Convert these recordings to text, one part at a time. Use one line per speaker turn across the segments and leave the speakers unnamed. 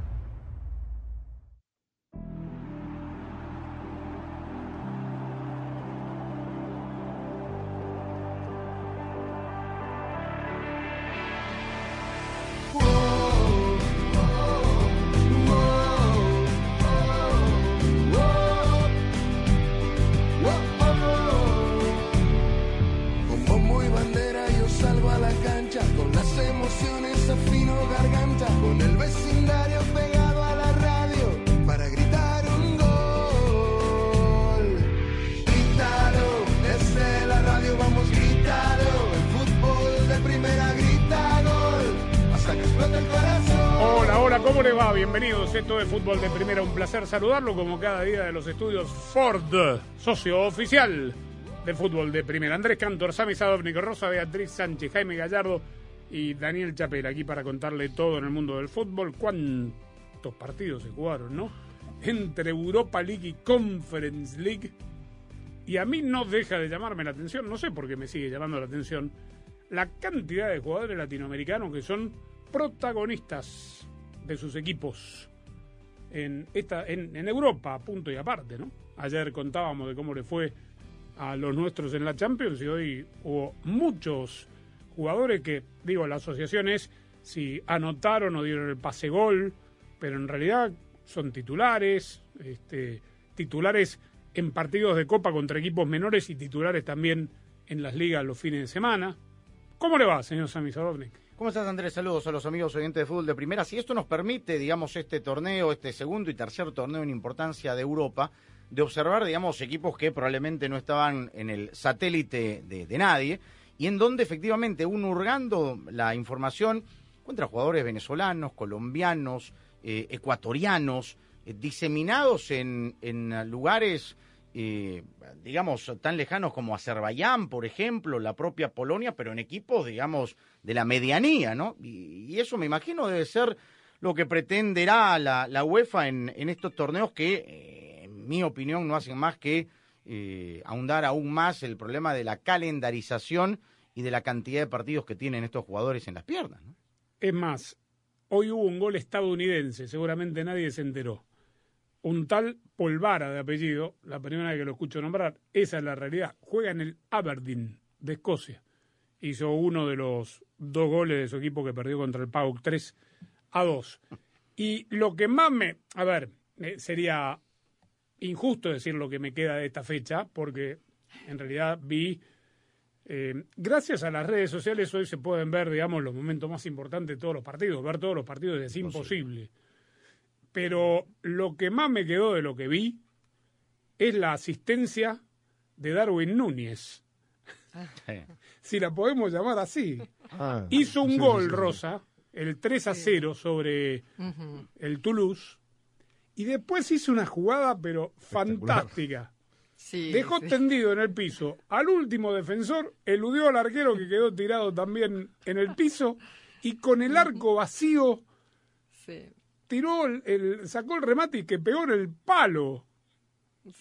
Con bombo y bandera yo salgo a la cancha, con las emociones afino garganta, con el vecindario pegado a la radio para gritar un gol. Grítalo, desde la radio vamos, grítalo, el fútbol de primera grita gol, hasta que explote el corazón.
Hola, hola, ¿cómo les va? Bienvenidos. Esto es Fútbol de Primera. Un placer saludarlo como cada día de los estudios Ford, socio oficial de Fútbol de Primera. Andrés Cantor, Sami Sadovnik, Rosa Beatriz Sánchez, Jaime Gallardo y Daniel Chapel aquí para contarle todo en el mundo del fútbol. ¿Cuántos partidos se jugaron, no? Entre Europa League y Conference League. Y a mí no deja de llamarme la atención, no sé por qué me sigue llamando la atención, la cantidad de jugadores latinoamericanos que son protagonistas de sus equipos en, esta, en, en Europa, punto y aparte, ¿no? Ayer contábamos de cómo le fue a los nuestros en la Champions y hoy hubo muchos jugadores que, digo, la asociación es si anotaron o dieron el pase gol, pero en realidad son titulares, este, titulares en partidos de copa contra equipos menores y titulares también en las ligas los fines de semana. ¿Cómo le va, señor Sami Sadovnik?
¿Cómo estás, Andrés? Saludos a los amigos oyentes de fútbol de primera. Si esto nos permite, digamos, este torneo, este segundo y tercer torneo en importancia de Europa, de observar, digamos, equipos que probablemente no estaban en el satélite de, de nadie, y en donde efectivamente uno hurgando la información encuentra jugadores venezolanos, colombianos, eh, ecuatorianos, eh, diseminados en, en lugares eh, digamos, tan lejanos como Azerbaiyán, por ejemplo, la propia Polonia, pero en equipos, digamos, de la medianía, ¿no? Y, y eso me imagino debe ser lo que pretenderá la, la UEFA en, en estos torneos que, eh, en mi opinión, no hacen más que eh, ahondar aún más el problema de la calendarización y de la cantidad de partidos que tienen estos jugadores en las piernas, ¿no?
Es más, hoy hubo un gol estadounidense, seguramente nadie se enteró. Un tal Polvara de apellido, la primera vez que lo escucho nombrar, esa es la realidad. Juega en el Aberdeen de Escocia. Hizo uno de los dos goles de su equipo que perdió contra el PAOK 3 a 2. Y lo que más me. A ver, eh, sería injusto decir lo que me queda de esta fecha, porque en realidad vi. eh, gracias a las redes sociales hoy se pueden ver, digamos, los momentos más importantes de todos los partidos. Ver todos los partidos es imposible. Pero lo que más me quedó de lo que vi es la asistencia de Darwin Núñez, si la podemos llamar así.
Ah.
Hizo un gol, Rosa, el 3 a 0 sobre el Toulouse. Y después hizo una jugada, pero fantástica.
Sí,
Dejó
sí.
tendido en el piso al último defensor, eludió al arquero que quedó tirado también en el piso y con el arco vacío
Sí,
tiró el, el- sacó el remate y que pegó en el palo.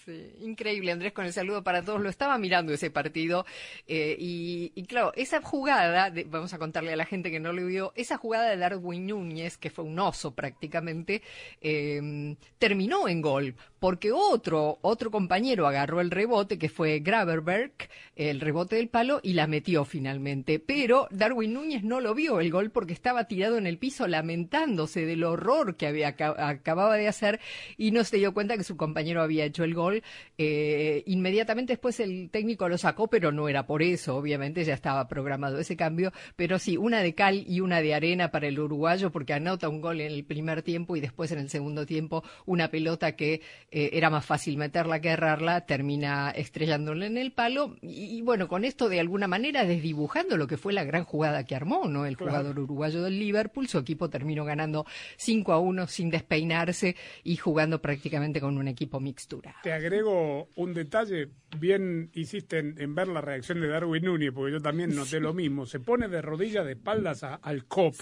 sí. Increíble, Andrés, con el saludo para todos. Lo estaba mirando ese partido eh, y, y claro, esa jugada, de- vamos a contarle a la gente que no lo vio, esa jugada de Darwin Núñez, que fue un oso prácticamente, eh, terminó en gol, porque otro, otro compañero agarró el rebote, que fue Graverberg, el rebote del palo, y la metió finalmente. Pero Darwin Núñez no lo vio el gol porque estaba tirado en el piso lamentándose del horror que había aca- acababa de hacer y no se dio cuenta que su compañero había hecho el gol. Eh, inmediatamente después el técnico lo sacó, pero no era por eso, obviamente ya estaba programado ese cambio. Pero sí, una de cal y una de arena para el uruguayo porque anota un gol en el primer tiempo y después en el segundo tiempo una pelota que eh, era más fácil meterla que errarla termina estrellándole en el palo. Y, y bueno, con esto de alguna manera desdibujando lo que fue la gran jugada que armó, ¿no? El
Claro.
jugador uruguayo del Liverpool, su equipo terminó ganando 5 a 1 sin despeinarse y jugando prácticamente con un equipo mixtura.
Te agrego un detalle, bien hiciste en, en ver la reacción de Darwin Núñez, porque yo también noté lo mismo. Se pone de rodillas de espaldas a- al COP,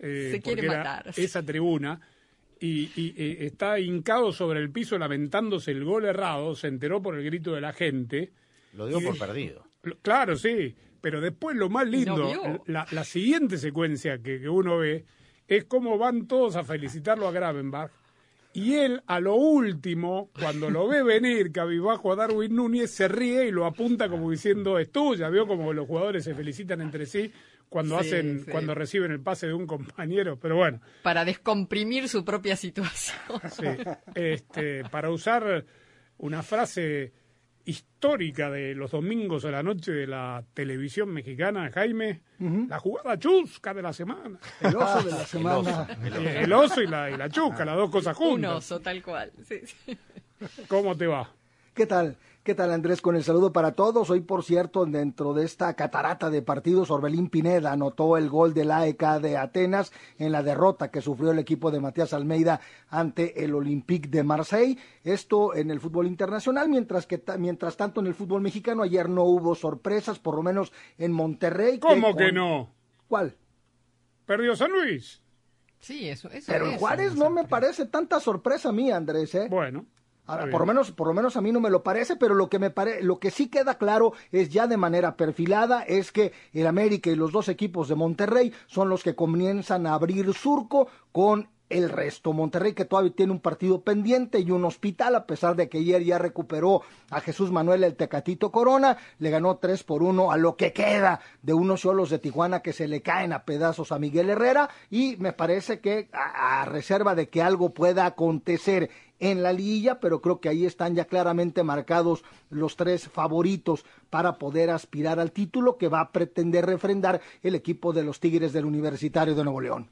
eh,
Se quiere
porque era
matar.
esa tribuna, y, y, eh, está hincado sobre el piso lamentándose el gol errado, se enteró por el grito de la gente,
Lo digo por perdido.
Lo- Claro, sí. Pero después lo más lindo,
vio.
la, la siguiente secuencia que, que uno ve es cómo van todos a felicitarlo a Gravenbach. Y él, a lo último, cuando lo ve venir cabizbajo a Darwin Núñez, se ríe y lo apunta como diciendo es tuya. Vio como los jugadores se felicitan entre sí cuando
Sí,
hacen,
sí.
cuando reciben el pase de un compañero. Pero bueno,
para descomprimir su propia situación.
Sí, este, para usar una frase histórica de los domingos a la noche de la televisión mexicana, Jaime, la jugada chusca de la semana.
El oso de la semana.
El oso y la, y la chusca, las dos cosas
Un
juntas.
oso, tal cual. Sí, sí.
¿Cómo te va?
¿Qué tal? ¿Qué tal Andrés? Con el saludo para todos. Hoy, por cierto, dentro de esta catarata de partidos, Orbelín Pineda anotó el gol del AEK de Atenas en la derrota que sufrió el equipo de Matías Almeida ante el Olympique de Marseille. Esto en el fútbol internacional, mientras que ta- mientras tanto en el fútbol mexicano ayer no hubo sorpresas, por lo menos en Monterrey.
¿Cómo que
con-
no?
¿Cuál?
Perdió San Luis.
Sí, eso, eso
Pero en
es.
Juárez no me parece tanta sorpresa a mí, Andrés, ¿eh?
Bueno.
Ahora,
está bien.
por lo menos, por lo menos a mí no me lo parece, pero lo que me pare- lo que sí queda claro es ya de manera perfilada es que el América y los dos equipos de Monterrey son los que comienzan a abrir surco con el resto. Monterrey que todavía tiene un partido pendiente y un hospital, a pesar de que ayer ya recuperó a Jesús Manuel el Tecatito Corona, le ganó 3 por 1 a lo que queda de unos solos de Tijuana que se le caen a pedazos a Miguel Herrera y me parece que a- a reserva de que algo pueda acontecer en la liguilla, pero creo que ahí están ya claramente marcados los tres favoritos para poder aspirar al título que va a pretender refrendar el equipo de los Tigres del Universitario de Nuevo León.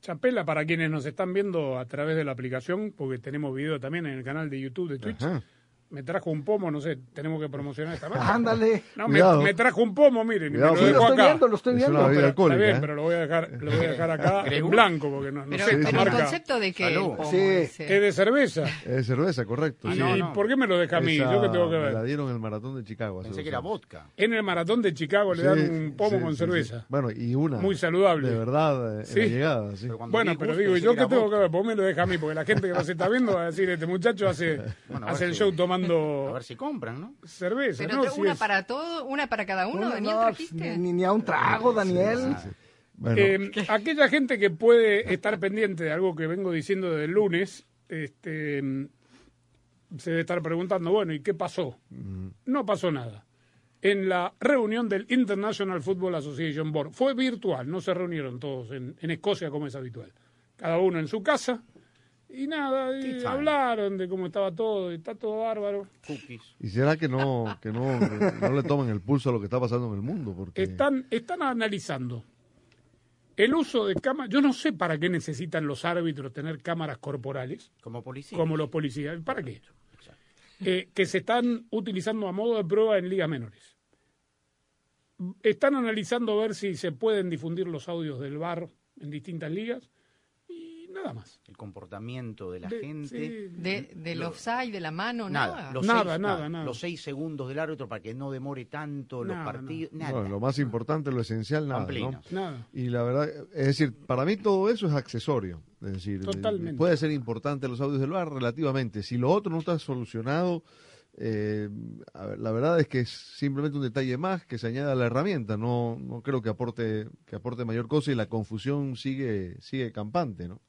Chapela, para quienes nos están viendo a través de la aplicación, porque tenemos video también en el canal de YouTube de Twitch,
Ah,
me trajo un pomo, no sé, tenemos que promocionar esta marca.
Ándale.
No, me,
Cuidado.
me trajo un pomo, miren, y me
Cuidado,
lo
Sí, lo
dejo
estoy
acá.
viendo, lo estoy
Es una
viendo.
bebida
Pero- está
alcohólica. ¿eh?
bien, pero lo voy a dejar, lo voy a dejar acá en blanco porque no, no
Pero,
sé,
pero
esta
el
marca
concepto de que el
Salud.
pomo
Sí.
ese-
es de cerveza.
Es cerveza, correcto.
¿Y,
sí.
Ah, no,
y
no.
por qué me lo deja a mí?
Esa
Yo que tengo que
me La
ver.
dieron en el maratón de Chicago. hace
Pensé
dos
que era
años.
vodka.
En el maratón de Chicago le dan
Sí,
un pomo
sí,
con
sí,
cerveza.
sí. Bueno, y una.
Muy saludable.
De verdad, eh,
Sí.
en la llegada, sí.
cuando
Bueno,
di
pero
gusto,
digo,
pensé
¿yo
que
qué
era
tengo que
vodka.
ver? Vos me lo deja a mí, porque la gente que nos está viendo va a decir, este muchacho hace,
Bueno, a
hace
ver
el
si-
show
A
tomando
ver si compran, ¿no?
cerveza.
Pero
¿no?
tra-
Si
una
es-
para todo, una para cada uno,
No,
Daniel,
no, pues,
trajiste.
ni, ni a un trago, Daniel.
Bueno,
Eh, aquella gente que puede estar pendiente de algo que vengo diciendo desde el lunes, este, mm, se debe estar preguntando, bueno, ¿y qué pasó? No pasó nada. En la reunión del International Football Association Board, fue virtual, no se reunieron todos en, en Escocia como es habitual. Cada uno en su casa y nada, y
Tea time.
hablaron de cómo estaba todo, y está todo bárbaro.
Cookies.
¿Y será que no, que no, no le toman el pulso a lo que está pasando en el mundo? Porque
Están, están analizando el uso de cámaras. Yo no sé para qué necesitan los árbitros tener cámaras corporales,
Como policía.
como los policías. ¿Para qué? Eh, que se están utilizando a modo de prueba en ligas menores. Están analizando ver si se pueden difundir los audios del bar en distintas ligas y nada más.
El comportamiento de la
De-
gente.
sí.
De, del offside, de la mano,
Nada,
nada.
los
Nada,
seis,
nada, nada.
Los seis segundos del árbitro para que no demore tanto
Nada,
los partidos.
no,
Nada.
lo más importante, lo esencial, nada. ¿no?
Pamplinos.
Nada.
Y la verdad, es decir, para mí todo eso es accesorio. Es decir, eh,
Totalmente.
puede ser importante los audios del bar relativamente. Si lo otro no está solucionado, eh, a ver, la verdad es que es simplemente un detalle más que se añade a la herramienta. No, no creo que aporte, que aporte mayor cosa y la confusión sigue, sigue campante, ¿no?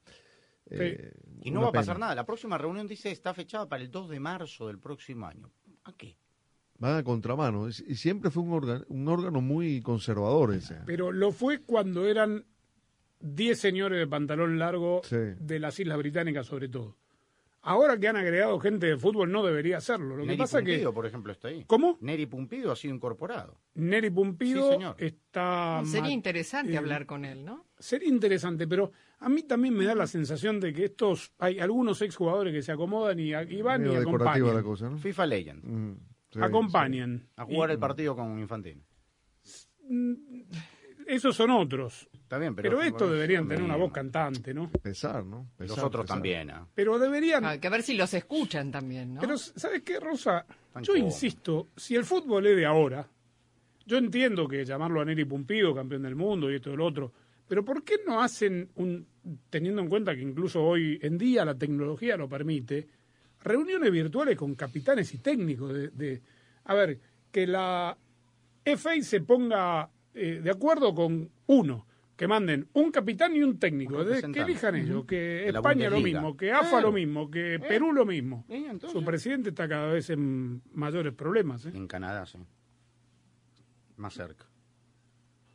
Eh,
Y no
una
va a pasar
pena.
nada. La próxima reunión dice está fechada para el 2 de marzo del próximo año. ¿A qué?
Van a contramano. Es- Y siempre fue un, órgano- un órgano muy conservador ese.
Pero lo fue cuando eran 10 señores de pantalón largo
Sí.
de las Islas Británicas, sobre todo. Ahora que han agregado gente de fútbol, no debería hacerlo. Lo que
Neri
pasa
Pumpido,
que.
por ejemplo, está ahí.
¿Cómo?
Neri Pumpido ha sido incorporado.
Neri
Sí,
Pumpido
señor.
está.
Ah, Sería
ma-
interesante
eh,
hablar con él, ¿no?
Sería interesante, pero a mí también me da la sensación de que estos. Hay algunos exjugadores que se acomodan y, a- y van y
Medio decorativa la
acompañan.
cosa, ¿no?
FIFA Legend.
Mm, sí,
acompañan.
A jugar
Mm.
el partido con Infantino.
Y esos son otros.
Está bien, pero.
Pero, estos
bueno,
deberían
lo
tener una
mismo.
voz cantante, ¿no?
sí. Pesar, ¿no?
Los
Pesar,
otros
pesar.
también. ah.
Pero deberían.
Hay que ver si los escuchan también, ¿no?
Pero, ¿sabes qué, Rosa?
Tan
Yo
cómodo.
insisto, si el fútbol es de ahora, yo entiendo que llamarlo a Neri Pumpido, campeón del mundo y esto y lo otro, pero ¿por qué no hacen, un, teniendo en cuenta que incluso hoy en día la tecnología lo permite, reuniones virtuales con capitanes y técnicos de... de- a ver, que la FA se ponga eh, de acuerdo con uno, que manden un capitán y un técnico,
Un
de- que
representante.
elijan ellos, que
De la
España lo
Bundesliga.
mismo, que AFA
Claro.
lo mismo, que Perú lo mismo.
Eh, entonces.
Su presidente está cada vez en mayores problemas. ¿eh?
En Canadá, sí. Más cerca.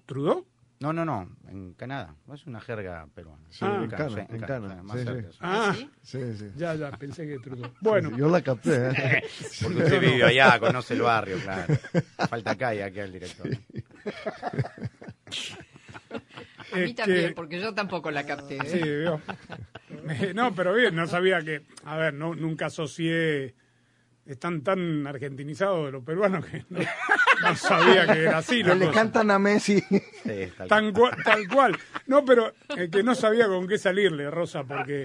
¿Trudeau?
No, no, no, en Canadá. Es una jerga peruana.
Sí,
Ah.
en Cana,
sí,
en
Cana,
Cana,
sí, más
sí,
cerca,
sí.
sí.
Ah,
¿Sí?
Sí, sí.
ya, ya, pensé que Trudeau. Bueno,
Yo la capté. ¿eh?
Porque usted vive allá, conoce el barrio, claro. Falta calle aquí al director.
A mí
este,
también, porque yo tampoco la capté. ¿eh?
Ah, Sí, digo. Eh, No, pero bien, no sabía que. A ver, no, nunca asocié. Están tan argentinizados de los peruanos que no, no sabía que era así. la
Que le
cosa.
cantan a Messi.
Sí, está
Tan cual, tal cual. No, pero eh, que no sabía con qué salirle, Rosa, porque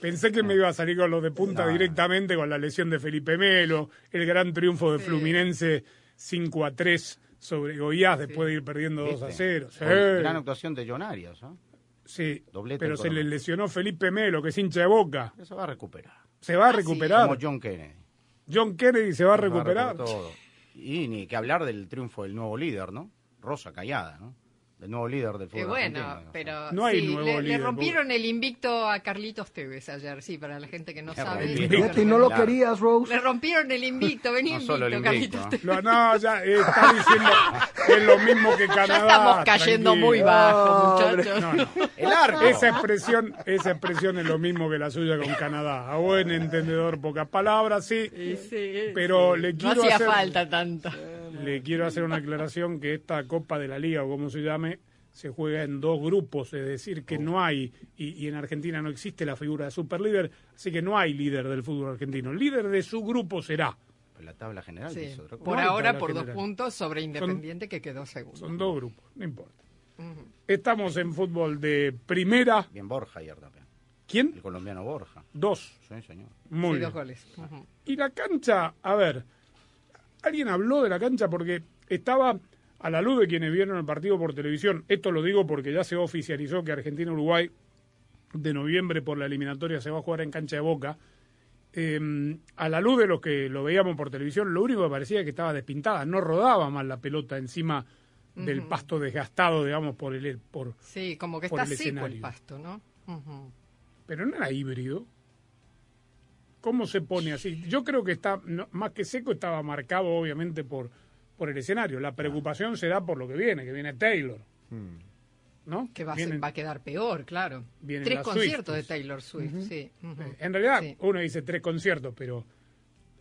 pensé que me iba a salir con los de punta
No.
directamente, con la lesión de Felipe Melo, el gran triunfo de Fluminense 5 a 3 sobre Goiás después de ir perdiendo 2 a
¿Viste?
0. Sí.
Este, Con Gran actuación de John Arias, ¿no?
Sí,
Doblete
pero
del
se le
Colombo.
lesionó Felipe Melo, que es hincha de boca.
Pero se va a recuperar.
Se
Ah,
va a
Como
recuperar.
John Kennedy.
John Kennedy se va a
Se va
recuperar.
todo. Y ni que hablar del triunfo del nuevo líder, ¿no? Rosa Callada, ¿no? Del nuevo líder del fútbol.
Eh, bueno,
argentino.
pero
No hay
sí,
nuevo
le, le
líder,
rompieron el invicto a Carlitos Tevez ayer, sí, para la gente que no
Qué
sabe.
ridículo.
Fíjate, y no lo
Claro.
querías, Rose.
Le rompieron el invicto, vení
No
invicto,
solo el invicto,
Carlitos
¿no?
Tevez.
Lo- no, ya eh, está diciendo que es lo mismo que Canadá.
Ya estamos cayendo
tranquilo.
muy bajo,
Pobre.
muchachos.
No, no.
El arco.
Esa expresión, esa expresión es lo mismo que la suya con Canadá. A buen entendedor, pocas palabras, sí.
Sí, sí,
Pero
sí.
le
no
quiero
hacía
hacer-
falta tanto.
Le quiero hacer una aclaración que esta Copa de la Liga, o como se llame, se juega en dos grupos, es decir, que no hay, y, y en Argentina no existe la figura de superlíder, así que no hay líder del fútbol argentino. El líder de su grupo será.
Pero la tabla general
Sí,
es otra cosa.
Por
No,
ahora,
la
por dos
general.
puntos sobre Independiente que quedó segundo.
Son dos grupos, no importa. Estamos en fútbol de primera.
Bien Borja ayer también.
¿Quién?
El colombiano Borja.
Dos.
Sí, señor.
Muy
Sí,
bien.
dos goles. Ujú.
Y la cancha, a ver, alguien habló de la cancha porque estaba a la luz de quienes vieron el partido por televisión. Esto lo digo porque ya se oficializó que Argentina-Uruguay de noviembre por la eliminatoria se va a jugar en cancha de Boca. Eh, a la luz de los que lo veíamos por televisión, lo único que parecía que estaba despintada, no rodaba más la pelota encima del pasto desgastado, digamos, por el por
Sí, como que
Por
está
el
seco
escenario.
el pasto, ¿no? Ujú.
pero no era híbrido. ¿Cómo se pone así? Yo creo que está, no, más que seco, estaba marcado obviamente por, por el escenario. La preocupación se da por lo que viene, que viene Taylor.
Hmm.
¿No?
Que va, a ser-
Vienen-
va a quedar peor, claro.
Vienen
Tres
las
conciertos
Swifties.
de
Eh,
Taylor Swift, sí. ujú.
En realidad,
Sí.
uno dice tres conciertos, pero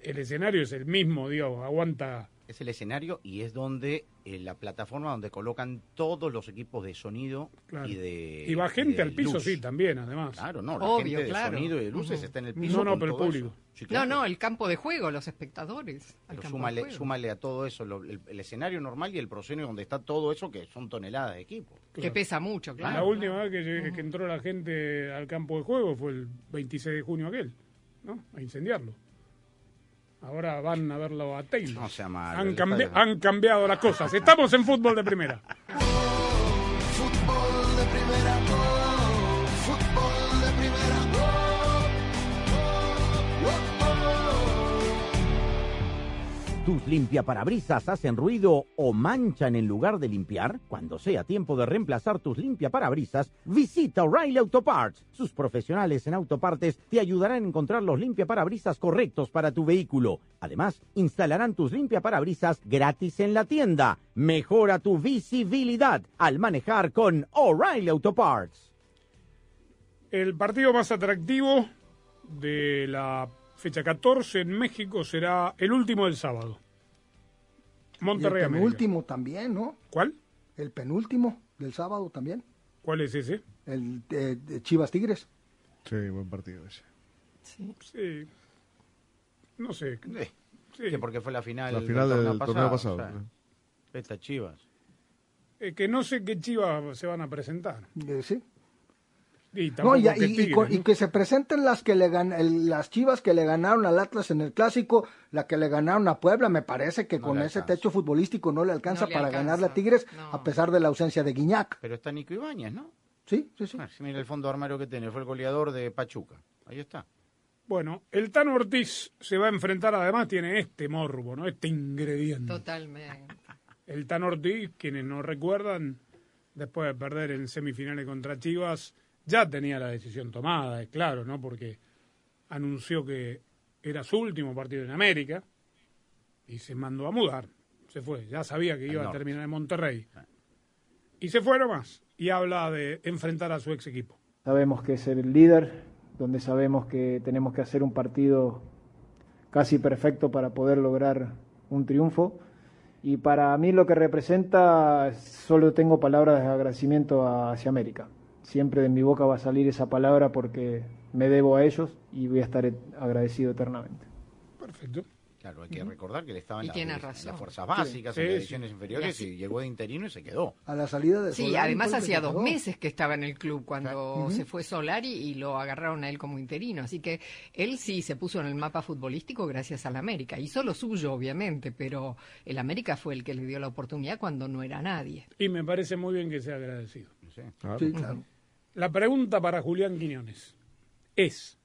el escenario es el mismo, digamos, aguanta.
Es el escenario y es donde eh, la plataforma donde colocan todos los equipos de sonido
Claro.
Eh, y de.
Y va gente
de
al piso,
luz.
sí, también, además.
Claro, no, la
Obvio,
gente de
claro.
sonido y de luces
Ujú.
está en el piso.
No, no,
con
pero
todo
público.
eso. Sí,
No,
claro.
no, el campo de juego, los espectadores. al
Pero
campo de
súmale,
juego.
súmale a todo eso lo- el, el escenario normal y el proscenio donde está todo eso que son toneladas de equipo.
Que pesa mucho, claro.
la última vez que, llegué- que entró la gente al campo de juego fue el 26 de junio aquel, ¿no? A incendiarlo. Ahora van a verlo a Taylor.
No sea malo,
han,
el
cambi-
estadio.
han cambiado las cosas. Estamos en fútbol de primera.
Fútbol de primera, oh, fútbol de primera,
¿Tus limpiaparabrisas hacen ruido o manchan en lugar de limpiar? Cuando sea tiempo de reemplazar tus limpiaparabrisas, visita O'Reilly Auto Parts. Sus profesionales en autopartes te ayudarán a encontrar los limpiaparabrisas correctos para tu vehículo. Además, instalarán tus limpiaparabrisas gratis en la tienda. Mejora tu visibilidad al manejar con O'Reilly Auto Parts.
El partido más atractivo de la fecha 14 en México será el último del sábado.
Y el
Monterrey América.
penúltimo también, ¿no?
¿Cuál?
El penúltimo del sábado también.
¿Cuál es ese?
El eh, de Chivas Tigres.
Sí, buen partido ese.
Sí.
Sí. No sé.
Eh,
Sí.
Que porque fue la final,
La final del torneo pasado.
o
¿no?
sea, Estas chivas.
Es que no sé qué chivas se van a presentar.
Eh, sí.
Y
No,
tampoco
y,
qué
y- y
Tigres,
con- y
¿no?
que se presenten las que le gan- el- las Chivas que le ganaron al Atlas en el clásico, la que le ganaron a Puebla, me parece que
No
con
le
ese
alcanza.
techo futbolístico no le alcanza
No le
para
alcanza,
ganarle a Tigres
no.
a pesar de la ausencia de Guiñac.
Pero está Nico Ibáñez, ¿no?
Sí, sí, sí.
Ah, sí, mira el fondo de armario que tiene. Fue el goleador de Pachuca. Ahí está.
Bueno, el Tano Ortiz se va a enfrentar, además tiene este morbo, ¿no? Este ingrediente.
Totalmente.
el Tan Ortiz, quienes no recuerdan, después de perder en semifinales contra Chivas, ya tenía la decisión tomada, es claro, ¿no? Porque anunció que era su último partido en América y se mandó a mudar. Se fue, ya sabía que iba a
norte.
terminar en Monterrey. Y se fue nomás. Y habla de enfrentar a su ex equipo.
Sabemos que es el líder, donde sabemos que tenemos que hacer un partido casi perfecto para poder lograr un triunfo. Y para mí lo que representa, solo tengo palabras de agradecimiento a- hacia América. Siempre de mi boca va a salir esa palabra porque me debo a ellos y voy a estar e- agradecido eternamente.
Perfecto.
Claro, hay que recordar que él estaba en,
Y
las,
tiene
en
razón.
las fuerzas básicas,
Sí,
en
sí.
las divisiones inferiores, y llegó de interino y se quedó.
A la salida de
Sí,
Solari,
además
fue el que
hacía
se
dos
quedó.
meses que estaba en el club cuando se fue Solari y lo agarraron a él como interino. Así que él sí se puso en el mapa futbolístico gracias al América. Hizo lo suyo, obviamente, pero el América fue el que le dio la oportunidad cuando no era nadie.
Y me parece muy bien que sea agradecido.
No sé.
Sí, claro.
La pregunta para Julián Quiñones es,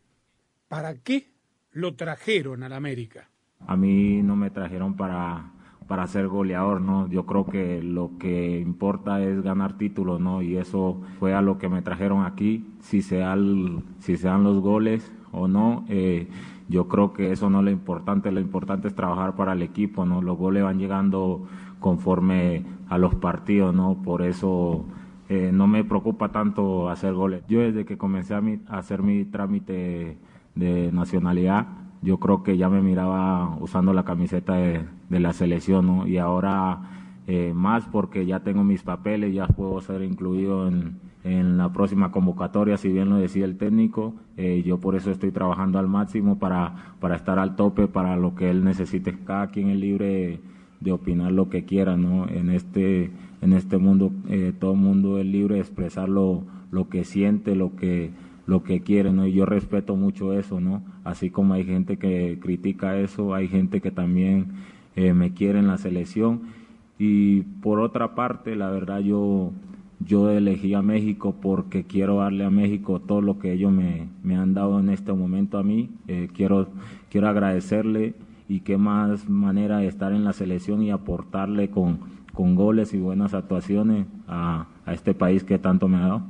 ¿para qué lo trajeron al América?
A mí no me trajeron para, para ser goleador, ¿no? Yo creo que lo que importa es ganar títulos, ¿no? Y eso fue a lo que me trajeron aquí. Si se dan, si se dan los goles o no, eh, yo creo que eso no es lo importante. Lo importante es trabajar para el equipo, ¿no? Los goles van llegando conforme a los partidos, ¿no? Por eso eh, no me preocupa tanto hacer goles. Yo desde que comencé a, mi- a hacer mi trámite de nacionalidad, yo creo que ya me miraba usando la camiseta de, de la selección, ¿no? Y ahora eh, más porque ya tengo mis papeles, ya puedo ser incluido en, en la próxima convocatoria, si bien lo decía el técnico. Eh, yo por eso estoy trabajando al máximo para, para estar al tope, para lo que él necesite. Cada quien es libre de, de opinar lo que quiera, ¿no? En este, en este mundo eh, todo mundo es libre de expresar lo, lo que siente, lo que, lo que quiere, ¿no? Y yo respeto mucho eso, ¿no? Así como hay gente que critica eso, hay gente que también eh, me quiere en la selección. Y por otra parte, la verdad yo, yo elegí a México porque quiero darle a México todo lo que ellos me, me han dado en este momento a mí. Eh, quiero, quiero agradecerle y qué más manera de estar en la selección y aportarle con, con goles y buenas actuaciones a, a este país que tanto me ha dado.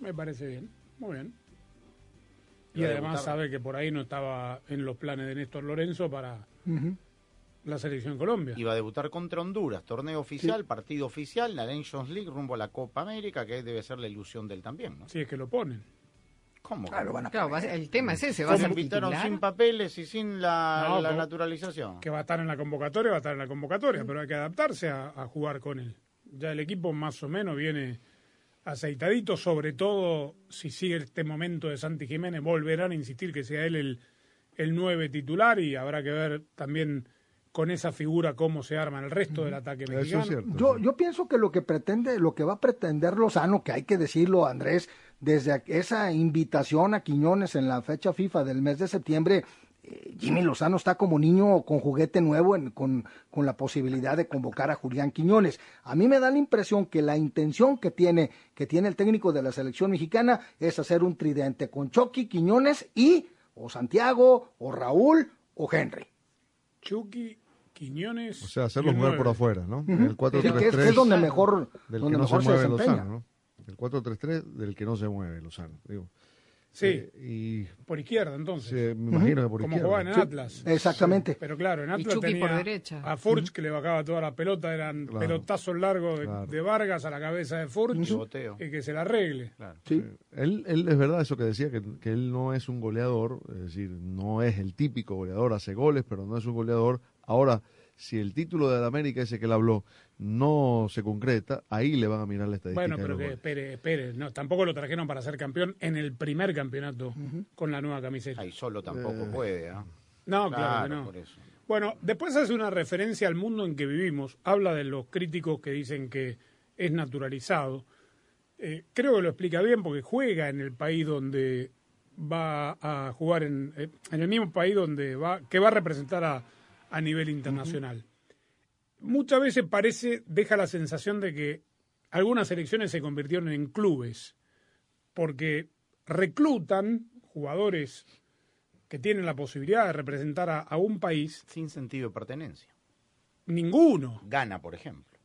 Me parece bien, muy bien. Y
Lo de
además
Butarra.
sabe que por ahí no estaba en los planes de Néstor Lorenzo para la selección Colombia.
Iba a debutar contra Honduras, torneo oficial, partido oficial, la Nations League rumbo a la Copa América, que debe ser la ilusión del también, ¿no?
Si es que lo ponen.
¿Cómo?
Claro, van a-
Claro, va a ser- el tema es ese,
Se
va a ser
invitaron
titular?
sin papeles y sin la,
No,
la
¿cómo?
naturalización.
Que va a estar en la convocatoria, va a estar en la convocatoria, pero hay que adaptarse a, a jugar con él. Ya el equipo más o menos viene aceitadito, sobre todo si sigue este momento de Santi Jiménez, volverán a insistir que sea él el, el 9 titular y habrá que ver también con esa figura cómo se arma el resto del ataque mexicano.
Eso es cierto.
Yo, yo pienso que lo que pretende, lo que va a pretender Lozano, que hay que decirlo, Andrés, desde a- esa invitación a Quiñones en la fecha FIFA del mes de septiembre, eh, Jimmy Lozano está como niño con juguete nuevo, en- con, con la posibilidad de convocar a Julián Quiñones. A mí me da la impresión que la intención que tiene, que tiene el técnico de la selección mexicana es hacer un tridente con Chucky, Quiñones y o Santiago, o Raúl, o Henry.
Chucky, Quiñones.
O sea, hacerlo
y un
jugar por
nueve.
afuera, ¿no? El
Que es, que es
4-3-3
donde mejor,
del
donde
que no se
mejor se,
mueve
desempeña.
Lozano, ¿no? El 4-3-3 del que no se mueve Lozano, digo.
Sí,
Eh, y
por izquierda entonces.
sí, me imagino que por
como
izquierda.
jugaban en
Sí.
Atlas.
Exactamente.
Pero claro, en Atlas
Chucky
tenía
por derecha.
a Furch que le bajaba toda la pelota, eran
Claro.
pelotazos largos de,
Claro.
de Vargas a la cabeza de Furch
Pivoteo.
y que se la arregle.
Claro.
Sí.
Él, él es verdad eso que decía, que, que él no es un goleador, es decir, no es el típico goleador, hace goles, pero no es un goleador. Ahora, si el título de la América, ese que él habló, no se concreta, ahí le van a mirar la estadística.
Bueno,
de
pero
los
que
goles.
espere, espere. No, tampoco lo trajeron para ser campeón en el primer campeonato con la nueva camiseta.
Ahí solo tampoco puede, ¿ah?
eh, No, claro, que no.
por eso.
Bueno, después hace una referencia al mundo en que vivimos, habla de los críticos que dicen que es naturalizado. Eh, creo que lo explica bien porque juega en el país donde va a jugar, en, eh, en el mismo país donde va, que va a representar a, a nivel internacional. Muchas veces parece, deja la sensación de que algunas selecciones se convirtieron en clubes, porque reclutan jugadores que tienen la posibilidad de representar a- a un país
Sin sentido de pertenencia.
Ninguno.
Gana, por ejemplo.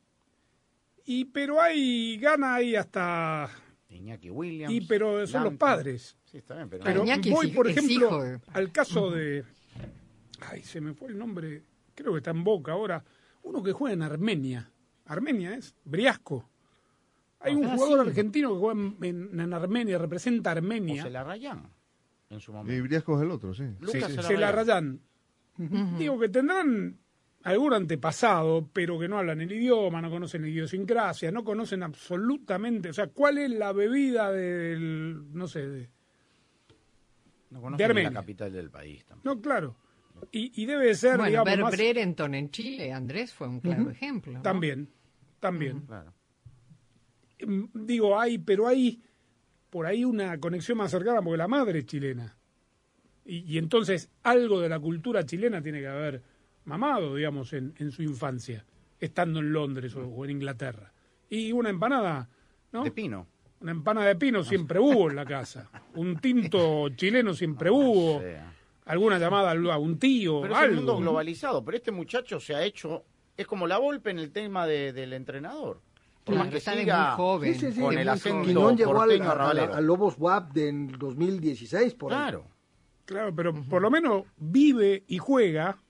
Y pero hay gana ahí hasta
Iñaki Williams.
y pero son los
Lampard.
padres.
Sí, está bien, pero.
Pero
Iñaki
voy
es hij-
por
es
ejemplo
hijo de-
al caso de ay, se me fue el nombre, creo que está en Boca ahora, uno que juega en Armenia. Armenia es Briasco. Hay un
Ah,
jugador
sí.
argentino que juega en, en- en Armenia, representa a
O
Armenia.
se la rayan en su
Y
momento.
Briasco es el otro, sí.
Sí,
Lucas
se la
Celarayán.
rayan. Digo que tendrán algún antepasado, pero que no hablan el idioma, no conocen la idiosincrasia, no conocen absolutamente, o sea, cuál es la bebida del, no sé, de-
No conozco
de
ni
Armenia.
la capital del país tampoco.
no, claro. Y, y debe ser,
Bueno,
digamos,
Ber
más-
Brereton en Chile, Andrés, fue un claro ejemplo. ¿no?
también, también.
Claro.
Mm, Digo, hay, pero hay por ahí una conexión más cercana porque la madre es chilena. Y, y entonces algo de la cultura chilena tiene que haber mamado, digamos, en, en su infancia, estando en Londres o, o en Inglaterra. Y una empanada, ¿no?
De Pino.
Una empanada de pino siempre hubo en la casa. Un tinto chileno siempre hubo.
sea.
Alguna llamada al- a un tío,
Pero es
algo.
un mundo
¿no?
globalizado. Pero este muchacho se ha hecho. Es como la golpe en el tema de- del entrenador. Por
Claro,
más que
está de
siga
muy joven.
Sí, sí, sí.
con
de
el
muy
acento
joven.
Quinón llegó al,
porteño
a- a-
arrabalero.
a Lobos WAP del 2016, por ahí.
Claro.
Claro, pero por lo menos vive y juega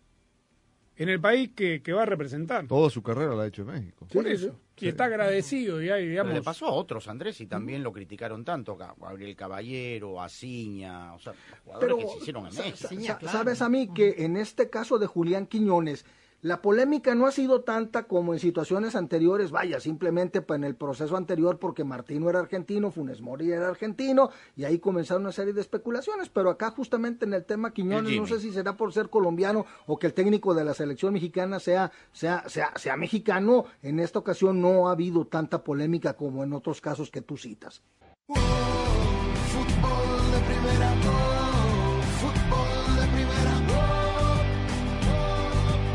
en el país que, que va a representar.
Toda su carrera la ha hecho en México.
Por eso. Y está agradecido y hay,
Pero
digamos,
le pasó a otros, Andrés, y también lo criticaron tanto. a Gabriel Caballero, a Ciña, o sea, jugadores que
Pero,
se hicieron en
sa-
México.
sa-
Sí,
sa-
claro.
Sabes a mí que en este caso de Julián Quiñones, la polémica no ha sido tanta como en situaciones anteriores, vaya, simplemente pa- en el proceso anterior porque Martino era argentino, Funes Mori era argentino, y ahí comenzaron una serie de especulaciones, pero acá justamente en el tema Quiñones,
El
no sé
Jimmy.
si será por ser colombiano o que el técnico de la selección mexicana sea, sea, sea, sea mexicano, en esta ocasión no ha habido tanta polémica como en otros casos que tú citas.
Fútbol de primera, oh, fútbol de primera, oh,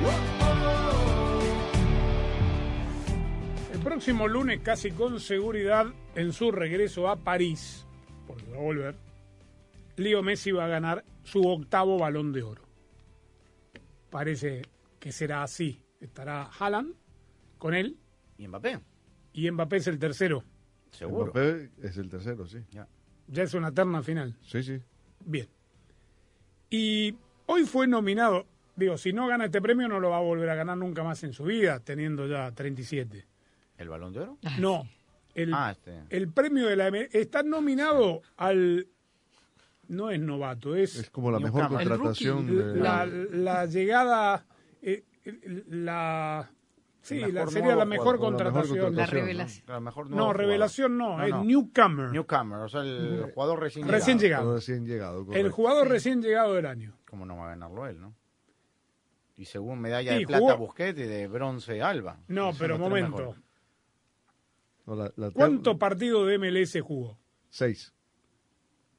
oh, oh.
el próximo lunes casi con seguridad en su regreso a París, porque va a volver, Leo Messi va a ganar su octavo balón de oro. Parece que será así. Estará Haaland con él
Y Mbappé,
y Mbappé es el tercero.
seguro.
Mbappé es el tercero, sí.
Ya es una terna final.
Sí, sí.
Bien. Y hoy fue nominado. Digo, si no gana este premio, no lo va a volver a ganar nunca más en su vida, teniendo ya 37.
¿El Balón de Oro?
No. El,
Ah, este.
el premio de la. M- Está nominado al. No es novato,
Es
es
como la mejor
Newcomer.
El rookie,
contratación de.
la, la llegada. eh, eh, la. Sí,
El
la,
mejor
sería
nuevo
la mejor
jugador,
o la mejor
contratación.
La
contratación.
revelación.
A lo mejor nuevo
No,
jugador.
revelación no,
No,
es
no.
newcomer.
Newcomer, o sea, el jugador recién llegado.
Recién llegado.
Recién llegado.
El
correcto.
jugador recién llegado del año.
¿Cómo no va a ganarlo él, no? Y según medalla
Sí,
de plata
jugó-
Busquets y de bronce Alba.
No,
Son
pero
los tres
momento.
mejores.
No, la- la-
¿Cuántos partidos de MLS jugó?
Seis.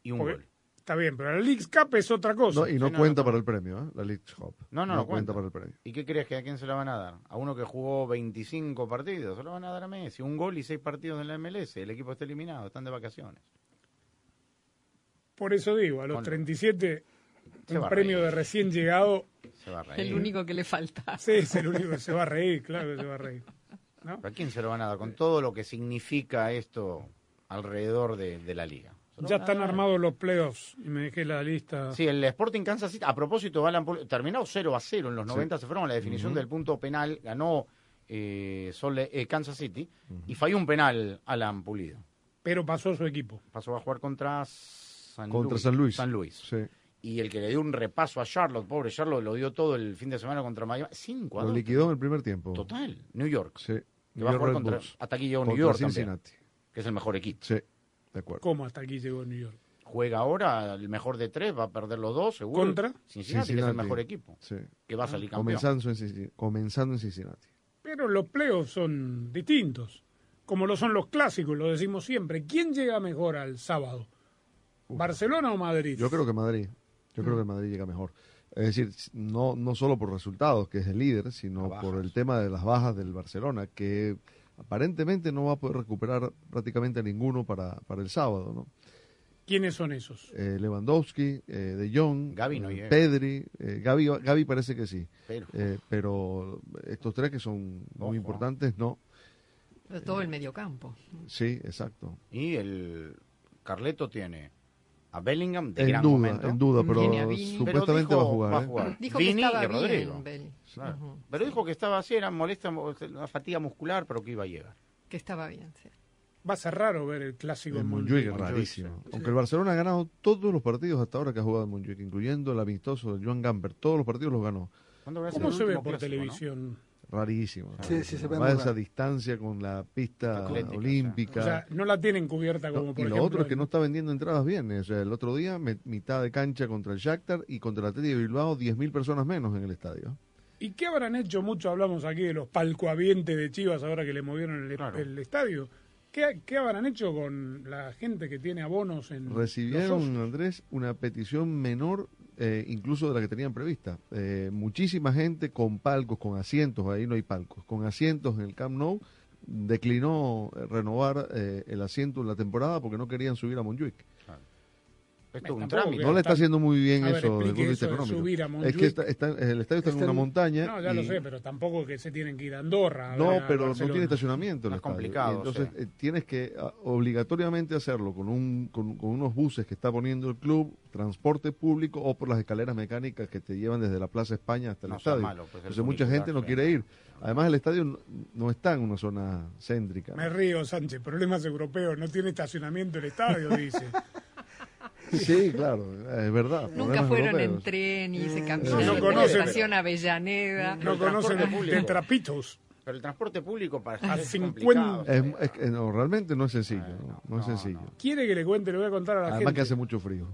Y un
Porque-
gol.
Está bien, pero la League Cup es otra cosa.
No, y no
Sí, no,
cuenta
no.
para el premio, ¿eh? La League Cup.
No, no, no cuenta.
para el premio.
¿Y qué crees que a quién se la van a dar? A uno que jugó 25 partidos, se lo van a dar a Messi. Un gol y seis partidos en la MLS. El equipo está eliminado, están de vacaciones.
Por eso digo, a los
Con-
37,
Se va
un
a
premio
reír.
de recién llegado,
Se va a reír.
El único que le falta.
sí, es el único que se va a reír, claro que se va a reír. ¿no?
¿Pero ¿A quién se lo van a dar? Con todo lo que significa esto alrededor de, de la liga. Se lo
Ya
van a
están
dar.
armados los playoffs, y me dejé la lista.
eh.
Ah.
Sí, el Sporting Kansas City, a propósito, Alan Pulido, terminado 0 a 0 en los 90, se fueron a la definición del punto penal, ganó eh, Sole- eh, Kansas City y falló un penal Alan Pulido.
Pero pasó su equipo.
Pasó a jugar contra San
Contra
Luis.
San Luis.
San Luis.
Sí.
Y el que le dio un repaso a Charlotte, pobre Charlotte, lo dio todo el fin de semana contra Miami. 5 a
Lo
2.
liquidó en el primer tiempo.
Total, New York.
Sí.
Que va a
New York
jugar
Red
contra,
Bulls.
hasta aquí llegó New
Contra
York también,
Cincinnati.
que es el mejor equipo.
Sí, de acuerdo.
¿Cómo hasta aquí llegó New York?
Juega ahora el mejor de tres, va a perder los dos, seguro.
¿Contra?
Cincinnati, que es el mejor equipo,
Sí.
que va a
Ah.
salir campeón.
Comenzando en, Cincinnati, comenzando en Cincinnati.
Pero los playoffs son distintos, como lo son los clásicos, lo decimos siempre. ¿Quién llega mejor al sábado? ¿Barcelona o Madrid?
Yo creo que Madrid. Yo
Mm.
creo que Madrid llega mejor. Es decir, no, no solo por resultados, que es el líder, sino
Las
por
bajas.
el tema de las bajas del Barcelona, que aparentemente no va a poder recuperar prácticamente a ninguno para, para el sábado. ¿no?
¿Quiénes son esos?
Eh, Lewandowski, eh, De Jong,
Gavi no
eh,
llega.
Pedri, eh, Gavi, Gavi parece que sí.
Pero-
Eh, pero estos tres que son
Ojo.
muy importantes, no.
Pero todo el mediocampo.
Sí, exacto.
Y el Carleto tiene a Bellingham de
en
gran
duda,
momento.
en duda, pero
Tiene a Vini.
supuestamente
Pero dijo,
va a jugar. ¿eh?
Dijo
Vini
que estaba
y Rodrigo.
bien, Belli.
Claro.
Ujú,
Pero dijo que estaba así, era molesta, una fatiga muscular, pero que iba a llegar.
que estaba bien, sí.
Va a ser raro ver el clásico
En
en
Eh, Montjuic es
Montjuic.
rarísimo. Aunque el Barcelona ha ganado todos los partidos hasta ahora que ha jugado en Montjuic, incluyendo el amistoso de Joan Gamper. Todos los partidos los ganó.
¿Cuándo voy a hacer
¿Cómo
el
se ve
último
por
clásico, no?
televisión?
Rarísimo.
Sí, sí, se ve
Va a
muy
esa
raro.
distancia con la pista
Atlética,
olímpica.
O sea, no la tienen cubierta como
No,
por
y lo
ejemplo,
otro es que
en-
no está vendiendo entradas bien. eh. O sea, el otro día, me- mitad de cancha contra el Shakhtar y contra el Atlético de Bilbao, 10.000 personas menos en el estadio.
¿Y qué habrán hecho? Mucho hablamos aquí de los palcoavientes de Chivas ahora que le movieron el, el estadio. ¿Qué, qué habrán hecho con la gente que tiene abonos en los
Recibieron,
socios?
Andrés, una petición menor eh, incluso de la que tenían prevista. Eh, muchísima gente con palcos, con asientos, ahí no hay palcos, con asientos en el Camp Nou, declinó eh, renovar eh, el asiento en la temporada porque no querían subir a Montjuic.
Esto es un
Tampoco
trámite.
creo.
No le está haciendo muy bien
A ver,
eso desde el
explique
punto de vista
eso de
económico.
subir a
es
Montjuic.
que está- está- el estadio está, en
Está
una
en-
montaña.
No, ya lo
y-
sé, pero tampoco que se tienen que ir a Andorra. a
No,
ver a
pero no
Barcelona.
tiene estacionamiento. el
Más
estadio.
complicado,
Y Entonces
sí.
eh, tienes que ah, obligatoriamente hacerlo con, un, con, con unos buses que está poniendo el club, transporte público o por las escaleras mecánicas que te llevan desde la Plaza España hasta el
No sea
estadio.
malo, pues, el
Entonces mucha gente no
funicular,
quiere
sí.
ir. Además el estadio no, no está en una zona céntrica.
Me río, Sánchez. Problemas europeos. No tiene estacionamiento el estadio, dice.
Sí, claro, es verdad.
Nunca
problemas
fueron en
europeos.
tren y se
No,
cambiaron
Eh, no
de
conocen.
estación a Avellaneda.
No
El
conocen
transporte público.
de trapitos.
Pero el transporte público para
A
allá es
50.
complicado.
Es- es que no, realmente no es sencillo.
Eh,
no,
no,
no es
no,
sencillo.
¿Quiere que le cuente? Le voy a contar a la
Además
gente.
que hace mucho frío.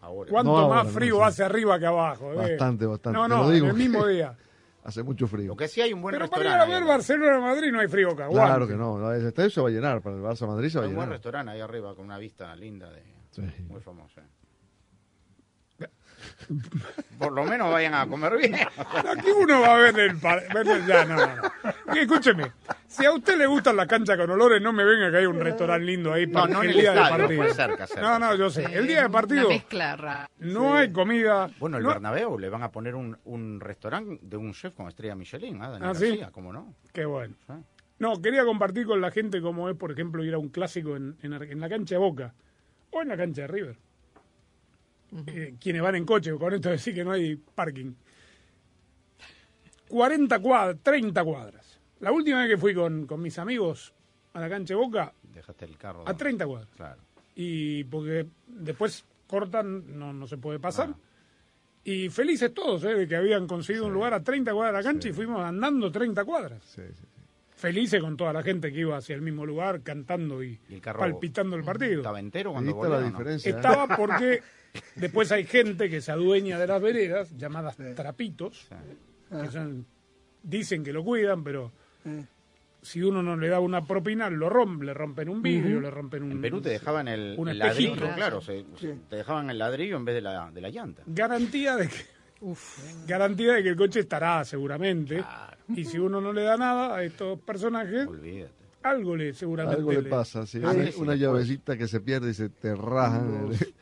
Ahora.
¿Cuánto
No,
más
ahora, no
frío
sé.
hace arriba que abajo? eh?
Bastante, bastante,
No,
te
no,
lo digo.
en el mismo día.
Hace mucho frío.
Lo que sí hay un buen
Pero para ir a
restaurante.
ver
ahí
Barcelona-Madrid no hay frío que aguante.
Claro que no, el estadio se va a llenar, para el Barça Madrid se
¿eh?
arriba. Hay un
va a
buen
llenar.
restaurante ahí arriba con una vista linda de
Sí.
muy famosa. Por lo menos vayan a comer bien.
Aquí uno va a ver el, par- ver el- ya, no, no, no. Y escúcheme, si a usted le gustan las canchas con olores, no me venga que hay un restaurante lindo ahí para
No, no en
el
el
día de
estadio,
partido.
pues, cerca, cerca.
no, no, yo sé. El día de partido
Una mezcla rara.
no hay comida.
Bueno, el
no-
Bernabéu le van a poner un, un restaurante de un chef con estrella Michelin, ¿ah? Daniel
Ah, ¿sí?
García, ¿cómo no?
Qué bueno.
Ah.
No, quería compartir con la gente cómo es, por ejemplo, ir a un clásico en, en Ar- en la cancha de Boca o en la cancha de River. Eh, quienes van en coche, con esto decir que no hay parking. 40 cuadras, 30 cuadras. La última vez que fui con, con mis amigos a la cancha de Boca,
Dejaste el carro.
a 30 cuadras.
Claro.
Y porque después cortan, no, no se puede pasar. Y felices todos, ¿eh? De que habían conseguido un lugar a 30 cuadras de la cancha y fuimos andando 30 cuadras
Sí, sí, sí.
felices con toda la gente que iba hacia el mismo lugar cantando y,
Y el carro-
palpitando el partido.
¿Estaba entero
Ahí
cuando
está
volvió?
la
o no?
diferencia. ¿eh?
Estaba porque después hay gente que se adueña de las veredas, llamadas trapitos,
Ah.
que son- dicen que lo cuidan, pero
Eh.
si uno no le da una propina, lo rompen, le rompen un vidrio, le rompen un...
En Perú te dejaban el,
Un
el
espejito.
ladrillo, claro. se- se- te dejaban el ladrillo en vez de la, de la llanta.
Garantía de que... Garantía de que el coche estará seguramente. Y si uno no le da nada a estos personajes,
Olvídate.
algo le seguramente
Algo le pasa, sí.
Ah,
Una-
sí,
Una
pues.
sí,
llavecita que se pierde y se te rajan. en- en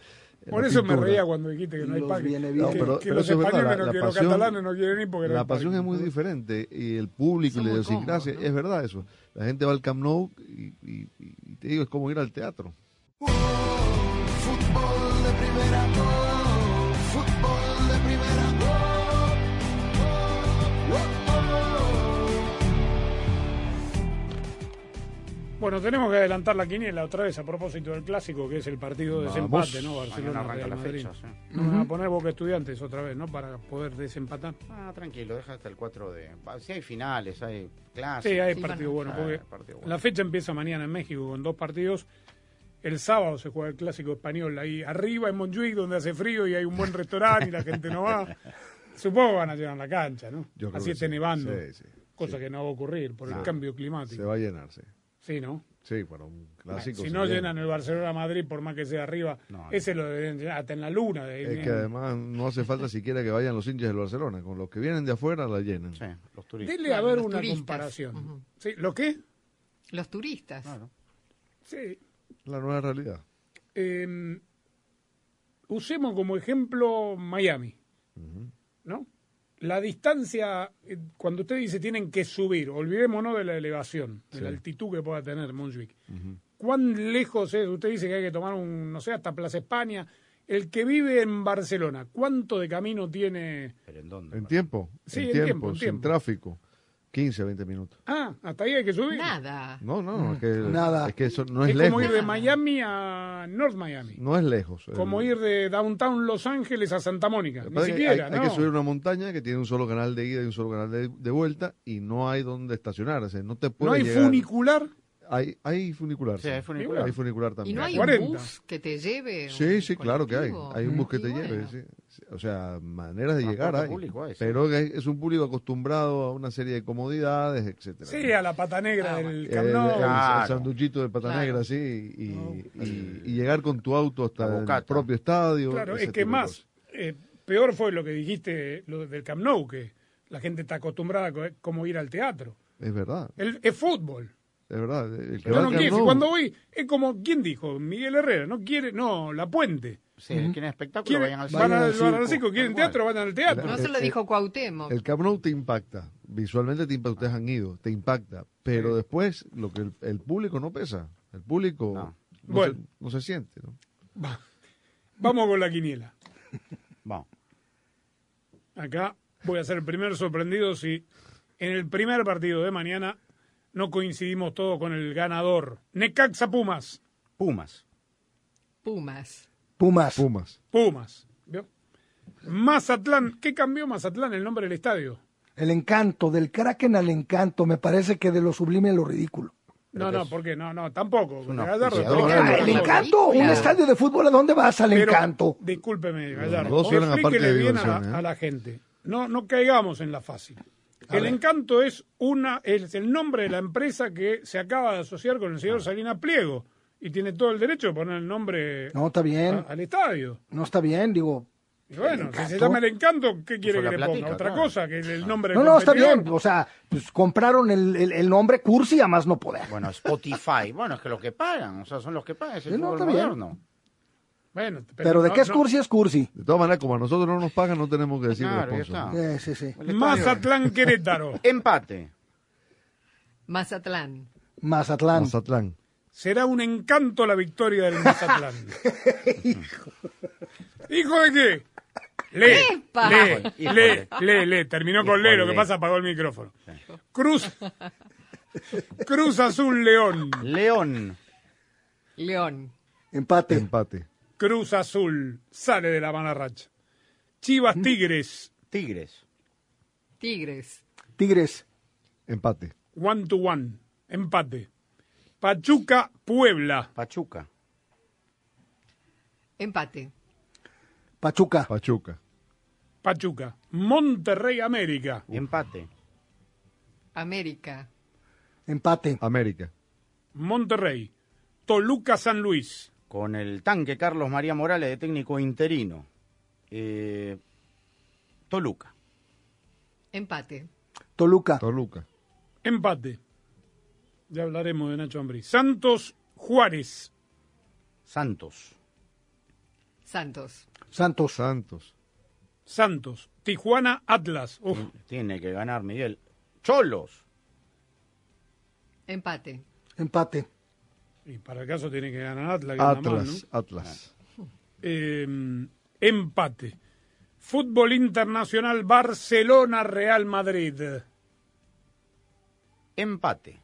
Por
la
eso me
pintura.
reía cuando dijiste que no hay
Los
parking.
viene
Que-
bien.
No, pero-
que
pero
los
eso es verdad,
españoles,
la-
no-
la
que los
pasión-
catalanes no quieren ir porque no
La
hay
pasión es
parking.
muy diferente y el público y
Son
la
muy
idiosincrasia,
cómodos, ¿no?
es verdad eso. La gente va al Camp Nou y, y- y te digo, es como ir al teatro.
Fútbol de primera, oh, fútbol de primera, oh, oh,
Bueno, tenemos que adelantar la quiniela otra vez a propósito del clásico, que es el partido de
Vamos.
desempate, Pues ¿no?
Mañana
Barcelona
arranca
Real
la
Madrid.
fecha, sí.
No me van a poner Boca Estudiantes otra vez, ¿no? Para poder desempatar.
Ah, tranquilo, deja hasta el 4 de... va, Si hay finales, hay clases.
Sí, hay
Sí,
partido
van
bueno,
Ah,
porque
partido bueno.
la fecha empieza mañana en México con dos partidos. El sábado se juega el clásico español ahí arriba en Montjuic, donde hace frío y hay un buen restaurante y la gente no va. Supongo que van a llenar la cancha, ¿no?
Yo creo
Así
que
esté
sí.
nevando.
Sí, sí,
cosa
sí.
que no va a ocurrir por el
No.
cambio
Se
climático.
va a llenar, sí.
Sí, ¿no?
Sí, para un clásico.
si
se
no
llena.
llenan el Barcelona-Madrid, por más que sea arriba,
No,
ese lo deben llenar hasta en la luna. de-
Es que además no hace falta siquiera que vayan los hinchas del Barcelona. Con los que vienen de afuera la llenan.
Sí, los turistas.
Dele a ver
Los
una
turistas.
comparación.
Ujú.
¿Sí? ¿Lo qué?
Los turistas.
Claro.
Sí.
La nueva realidad.
Eh, usemos como ejemplo Miami, ¿no? La distancia, eh, cuando usted dice tienen que subir, olvidémonos de la elevación, de
Sí.
la altitud que pueda tener Montjuic.
Ujú.
¿Cuán lejos es? Usted dice que hay que tomar un, no sé, hasta Plaza España. El que vive en Barcelona, ¿cuánto de camino tiene?
¿Pero en dónde?
En tiempo,
Sí,
en
en
tiempo,
tiempo, en
sin
tiempo.
tráfico. 15, 20 minutos.
Ah, hasta ahí hay que subir.
Nada.
No, no, no, es que,
Nada.
es que eso no
es
es,
como
lejos.
ir de Miami a North Miami.
No es lejos. El-
Como ir de Downtown Los Ángeles a Santa Mónica. Ni
Parece que hay-
siquiera,
hay,
¿no?
que subir una montaña que tiene un solo canal de ida y un solo canal de, de vuelta y no hay donde estacionarse. No te
no
puede
hay
llegar.
funicular.
Hay, hay funicular.
Sí, hay funicular.
Hay funicular también.
Y no hay
40.
un bus que te lleve.
Sí, sí, claro que hay. Hay un bus que
Y
te lleve.
bueno.
sí. O sea, maneras de
Transporte
llegar hay.
público hay, sí.
Pero es es un público acostumbrado a una serie de comodidades, etcétera.
Sí, a la pata
Ah,
negra del
El,
Camp
el-
Nou.
el
Claro.
sanduchito de pata
Claro.
negra, sí, y, y- y llegar con tu auto
La
hasta el
bocata.
propio estadio.
Claro,
ese
es
tipo
que
de
más,
cosas.
eh, peor fue lo que dijiste lo del Camp Nou, que la gente está acostumbrada co- como ir al teatro.
Es verdad,
El, es fútbol.
es verdad. El que
Yo
va
no
al
quiero,
Camp
si
Nou-
cuando voy, es como, ¿quién dijo? Miguel Herrera, no quiere, no, La Puente.
Sí, quieren espectáculo,
Quieren-
vayan al
van al,
circo.
van al circo, quieren
Tal cual.
teatro, van al teatro.
No se lo
Eh,
dijo Cuauhtémoc.
El Camp Nou te impacta, visualmente te impacta, ustedes han ido, te impacta, pero después lo que el, el público no pesa, el público no,
No.
Bueno.
se, no se siente. ¿no?
Va- Vamos con la quiniela.
Vamos.
Acá voy a ser el primer sorprendido si en el primer partido de mañana no coincidimos todos con el ganador. Necaxa Pumas.
Pumas.
Pumas.
Pumas.
Pumas,
Pumas. ¿Vio? Mazatlán. ¿Qué cambió Mazatlán el nombre del estadio?
El encanto, del Kraken al encanto, me parece que de lo sublime a lo ridículo.
No, no, ¿por qué? No, no, tampoco. porque
una
Gallardo
oficiadora,
explica
¿no? Ah, Pero-
las cosas.
El encanto, un
Claro.
estadio de fútbol, ¿a dónde vas al
Pero,
encanto?
Discúlpeme, Gallardo.
dos eran
explíquele
aparte de
bien a,
diversión, ¿eh?
a la gente. No, no caigamos en la fácil. el encanto es una es el nombre de la empresa que se acaba de asociar con el
Ah.
señor Salinas Pliego y tiene todo el derecho de poner el nombre
No, está
a-
bien,
al estadio.
no está bien, digo.
Y bueno, si se
Encanto.
llama el encanto, ¿qué quiere
Puso
que
la
le
platica,
ponga? Otra
claro.
cosa que el- el nombre
No,
del
no, está
competidor.
bien, o sea, pues compraron el, el- el nombre cursi a más no poder.
Bueno, Spotify. bueno, es que los que pagan, o sea, son los que pagan, es el
Sí, no,
fútbol
está bien.
moderno.
Bueno,
Pero de
no-
qué es
no-
cursi es cursi.
de todas maneras, como a nosotros no nos pagan, no tenemos que decir
Claro, ya
sponsor,
está.
¿no?
Eh, sí, sí.
El estadio-
Mazatlán Querétaro.
Empate.
Mazatlán.
Mazatlán.
Mazatlán.
Será un encanto la victoria del Mazatlán. ¿Hijo de qué? Lee,
¡Epa!
lee, lee,
Híjole.
lee, lee. Terminó con
Híjole.
lee, lo que pasa apagó el micrófono. Cruz, Cruz Azul León,
León.
León.
Empate.
Empate.
Cruz Azul sale de la mala racha. Chivas Tigres,
Tigres.
Tigres.
Tigres.
Empate.
one to one, empate. Pachuca Puebla,
Pachuca.
Empate.
Pachuca.
Pachuca.
Pachuca, Monterrey América,
Empate.
América.
Empate.
América.
Monterrey, Toluca San Luis,
Con el tanque Carlos María Morales de técnico interino. Eh, Toluca.
Empate.
Toluca.
Toluca.
Empate. Ya hablaremos de Nacho Ambriz. Santos Juárez.
Santos.
Santos.
Santos.
Santos.
Santos. Tijuana Atlas. Uf,
Tiene que ganar Miguel. Cholos.
Empate.
Empate.
y para el caso tiene que ganar Atlas. que anda mal,
Atlas.
¿no? Ah.
Atlas.
Eh, empate. Fútbol Internacional Barcelona Real Madrid.
Empate.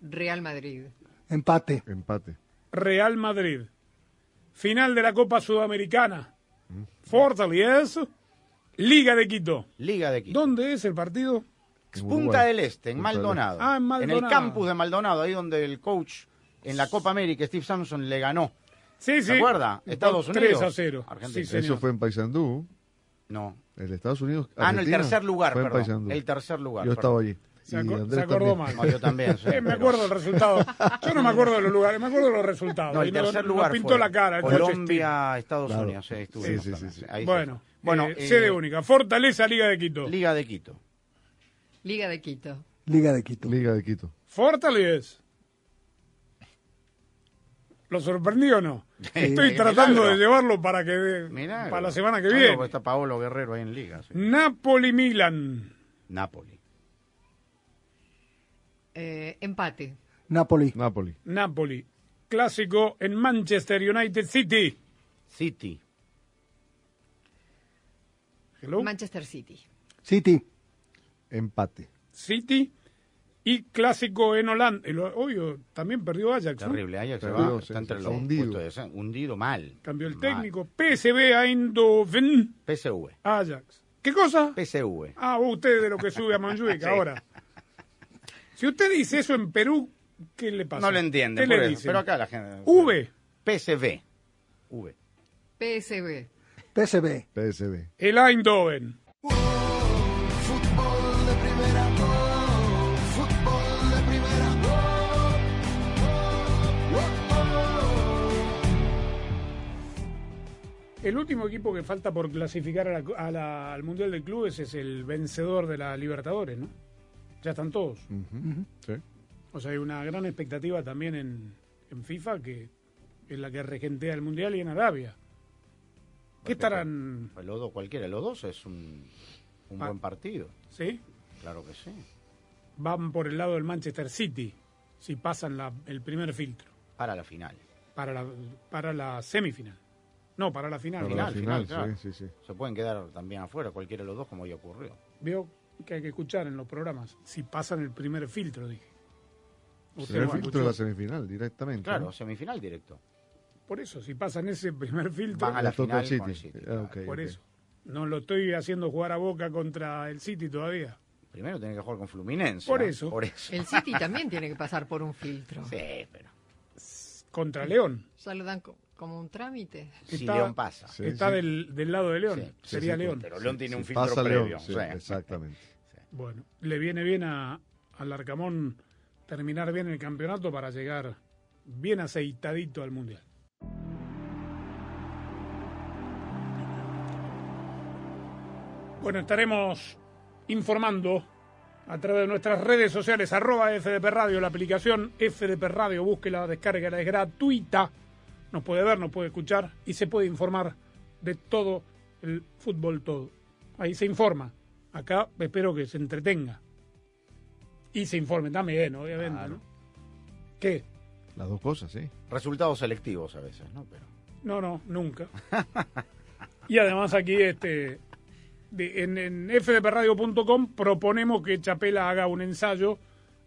Real Madrid.
Empate.
Empate.
Real Madrid. Final de la Copa Sudamericana. Fortaleza. Liga de Quito.
Liga de Quito.
¿Dónde es el partido?
En
Punta
Uruguay.
del Este, en
Punta del
Maldonado.
Ah, en Maldonado.
el campus de Maldonado, ahí donde el coach en la Copa América, Steve Samson, le ganó.
Sí, sí.
¿Se acuerda? Estados
3 a
Unidos.
0.
Argentina.
Sí, señor.
Eso fue en Paysandú.
No.
El de Estados Unidos.
Ah, no, el
Argentina,
tercer lugar,
fue en
perdón.
Paysandú.
El tercer lugar,
Yo estaba
perdón.
allí.
Se,
Y
aco-
Andrés
se acordó mal.
también.
No, yo también. sí,
Eh, me
pero-
acuerdo del resultado. Yo no me acuerdo de los lugares, me acuerdo de los resultados.
No,
Y
el
no-
tercer
no
lugar
pintó
fue
la cara. el coche
Colombia, Estados
Claro.
Unidos. eh, sí, estuvimos
Sí, sí,
también,
sí, sí.
ahí
Steve.
está.
Bueno,
bueno
eh,
eh,
sede única. Fortaleza, Liga de Quito.
Liga de Quito.
Liga de Quito.
Liga de Quito.
Liga de Quito.
Fortaleza. ¿Lo sorprendí o no? Estoy
Qué
tratando de
milagro.
llevarlo para que
Mirá.
para la semana que
Claro,
viene. Mm.
porque Está Paolo Guerrero ahí en Liga. sí.
Napoli-Milan.
Napoli.
Eh, empate.
Napoli.
Napoli.
Napoli. Clásico en Manchester United City.
City.
Hello.
Manchester City.
City.
Empate.
City. Y clásico en Holanda. El- obvio, también perdió Ajax. ¿no?
Terrible. Ajax se
Perdido,
va,
sí,
está entre
sí,
los
sí. Hundido.
puestos de descenso. Hundido mal.
Cambió el
Mal.
técnico. PSV a Eindhoven.
PSV.
Ajax. ¿Qué cosa?
PSV.
Ah, usted de lo que sube a Manjuic ahora. Si usted dice eso en Perú, ¿qué le pasa?
No lo entiende,
¿Qué
por
le
eso,
dicen?
pero acá la gente.
V,
PSV. V.
PSB.
PSV.
PSV.
el Eindhoven.
Fútbol de primera, oh, fútbol de primera, oh, oh, oh.
El último equipo que falta por clasificar a la- a la- al Mundial de Clubes es el vencedor de la Libertadores, ¿no? Ya están todos.
Sí.
O sea, hay una gran expectativa también en, en FIFA, que es la que regentea el Mundial y en Arabia. ¿Qué estarán?
Pues Los dos, cualquiera. Los dos es un, un
Ah.
buen partido.
¿Sí?
Claro que sí.
Van por el lado del Manchester City, si pasan la- el primer filtro.
Para la final.
para la, para la semifinal. No, para la final.
Para
final,
la final,
final, claro.
sí, sí, sí.
Se pueden quedar también afuera, cualquiera de los dos, como ya ocurrió.
Veo que hay que escuchar en los programas. Si pasan el primer filtro, dije. Usted
Será el
no
filtro
escuchó.
de la semifinal directamente.
Claro,
¿no?
semifinal directo.
Por eso, si pasan ese primer filtro,
Van a la
Le toca
final
al City.
con el City,
Ah,
claro.
ok,
por
ok.
eso. No lo estoy haciendo jugar a Boca contra el City todavía.
Primero tiene que jugar con Fluminense.
Por
¿no?
eso.
Por eso.
El City también tiene que pasar por un filtro.
Sí, pero.
Contra León.
Ya lo dan co- como un trámite.
Si
Está-
León pasa.
Sí,
Está
sí.
Del, del lado de León.
Sí, sí,
Sería
sí,
León.
Pero León tiene un
Si
filtro
pasa
previo.
León, sí,
o sea,
exactamente.
Bueno, le viene bien a, al Arcamón terminar bien el campeonato para llegar bien aceitadito al Mundial. Bueno, estaremos informando a través de nuestras redes sociales, arroba FDP Radio, la aplicación FDP Radio, búsquela, descárguela, es gratuita. Nos puede ver, nos puede escuchar y se puede informar de todo el fútbol, todo. Ahí se informa. Acá espero que se entretenga. Y se informe también, obviamente.
Claro.
¿no? ¿Qué?
Las dos cosas, sí.
Resultados selectivos a veces, ¿no? Pero.
No, no, nunca. Y además aquí este de- en, en fdpradio.com proponemos que Chapela haga un ensayo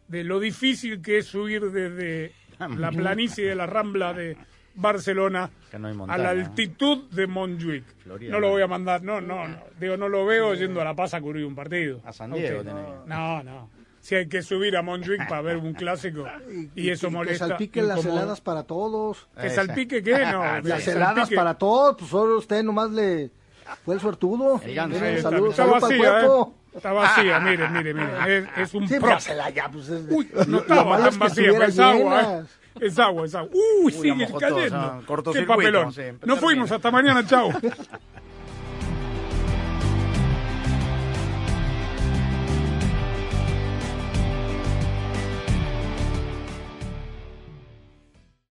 de lo difícil que es subir desde la planicie de la Rambla de Barcelona
Que no hay
a
montaña,
la
¿no?
altitud de Montjuic.
Florida,
No lo
¿no?
voy a mandar, no, no, no. Digo, no lo veo yendo a La Paz a cubrir un partido.
A San Diego
Ok.
tiene que-
No, no. Si hay que subir a Montjuic para ver un clásico y eso molesta.
Que salpiquen las
incomoda.
heladas para todos.
¿Que salpique qué? No,
Las
que
heladas
salpique-
para todos. Pues solo usted nomás le. Fue el suertudo.
El ganso.
Miren,
Ahí está,
Saludos
Eh, está
saludos para el
vacía,
cuerpo.
¿eh? Está
Ah,
vacía, mire, mire, mire. Es, es un
Sí,
pro.
pero hacela ya, pues. es-
Uy,
lo-
no
lo
estaba
malo
tan
es que
vacía, pero es
estuvieran
agua, ¿eh?
llenas.
Es agua, es agua. Uy,
la
sigue
mojó todos,
cayendo.
ah, cortocircuito,
Qué papelón.
sí,
no fuimos,
termina.
hasta mañana, chao.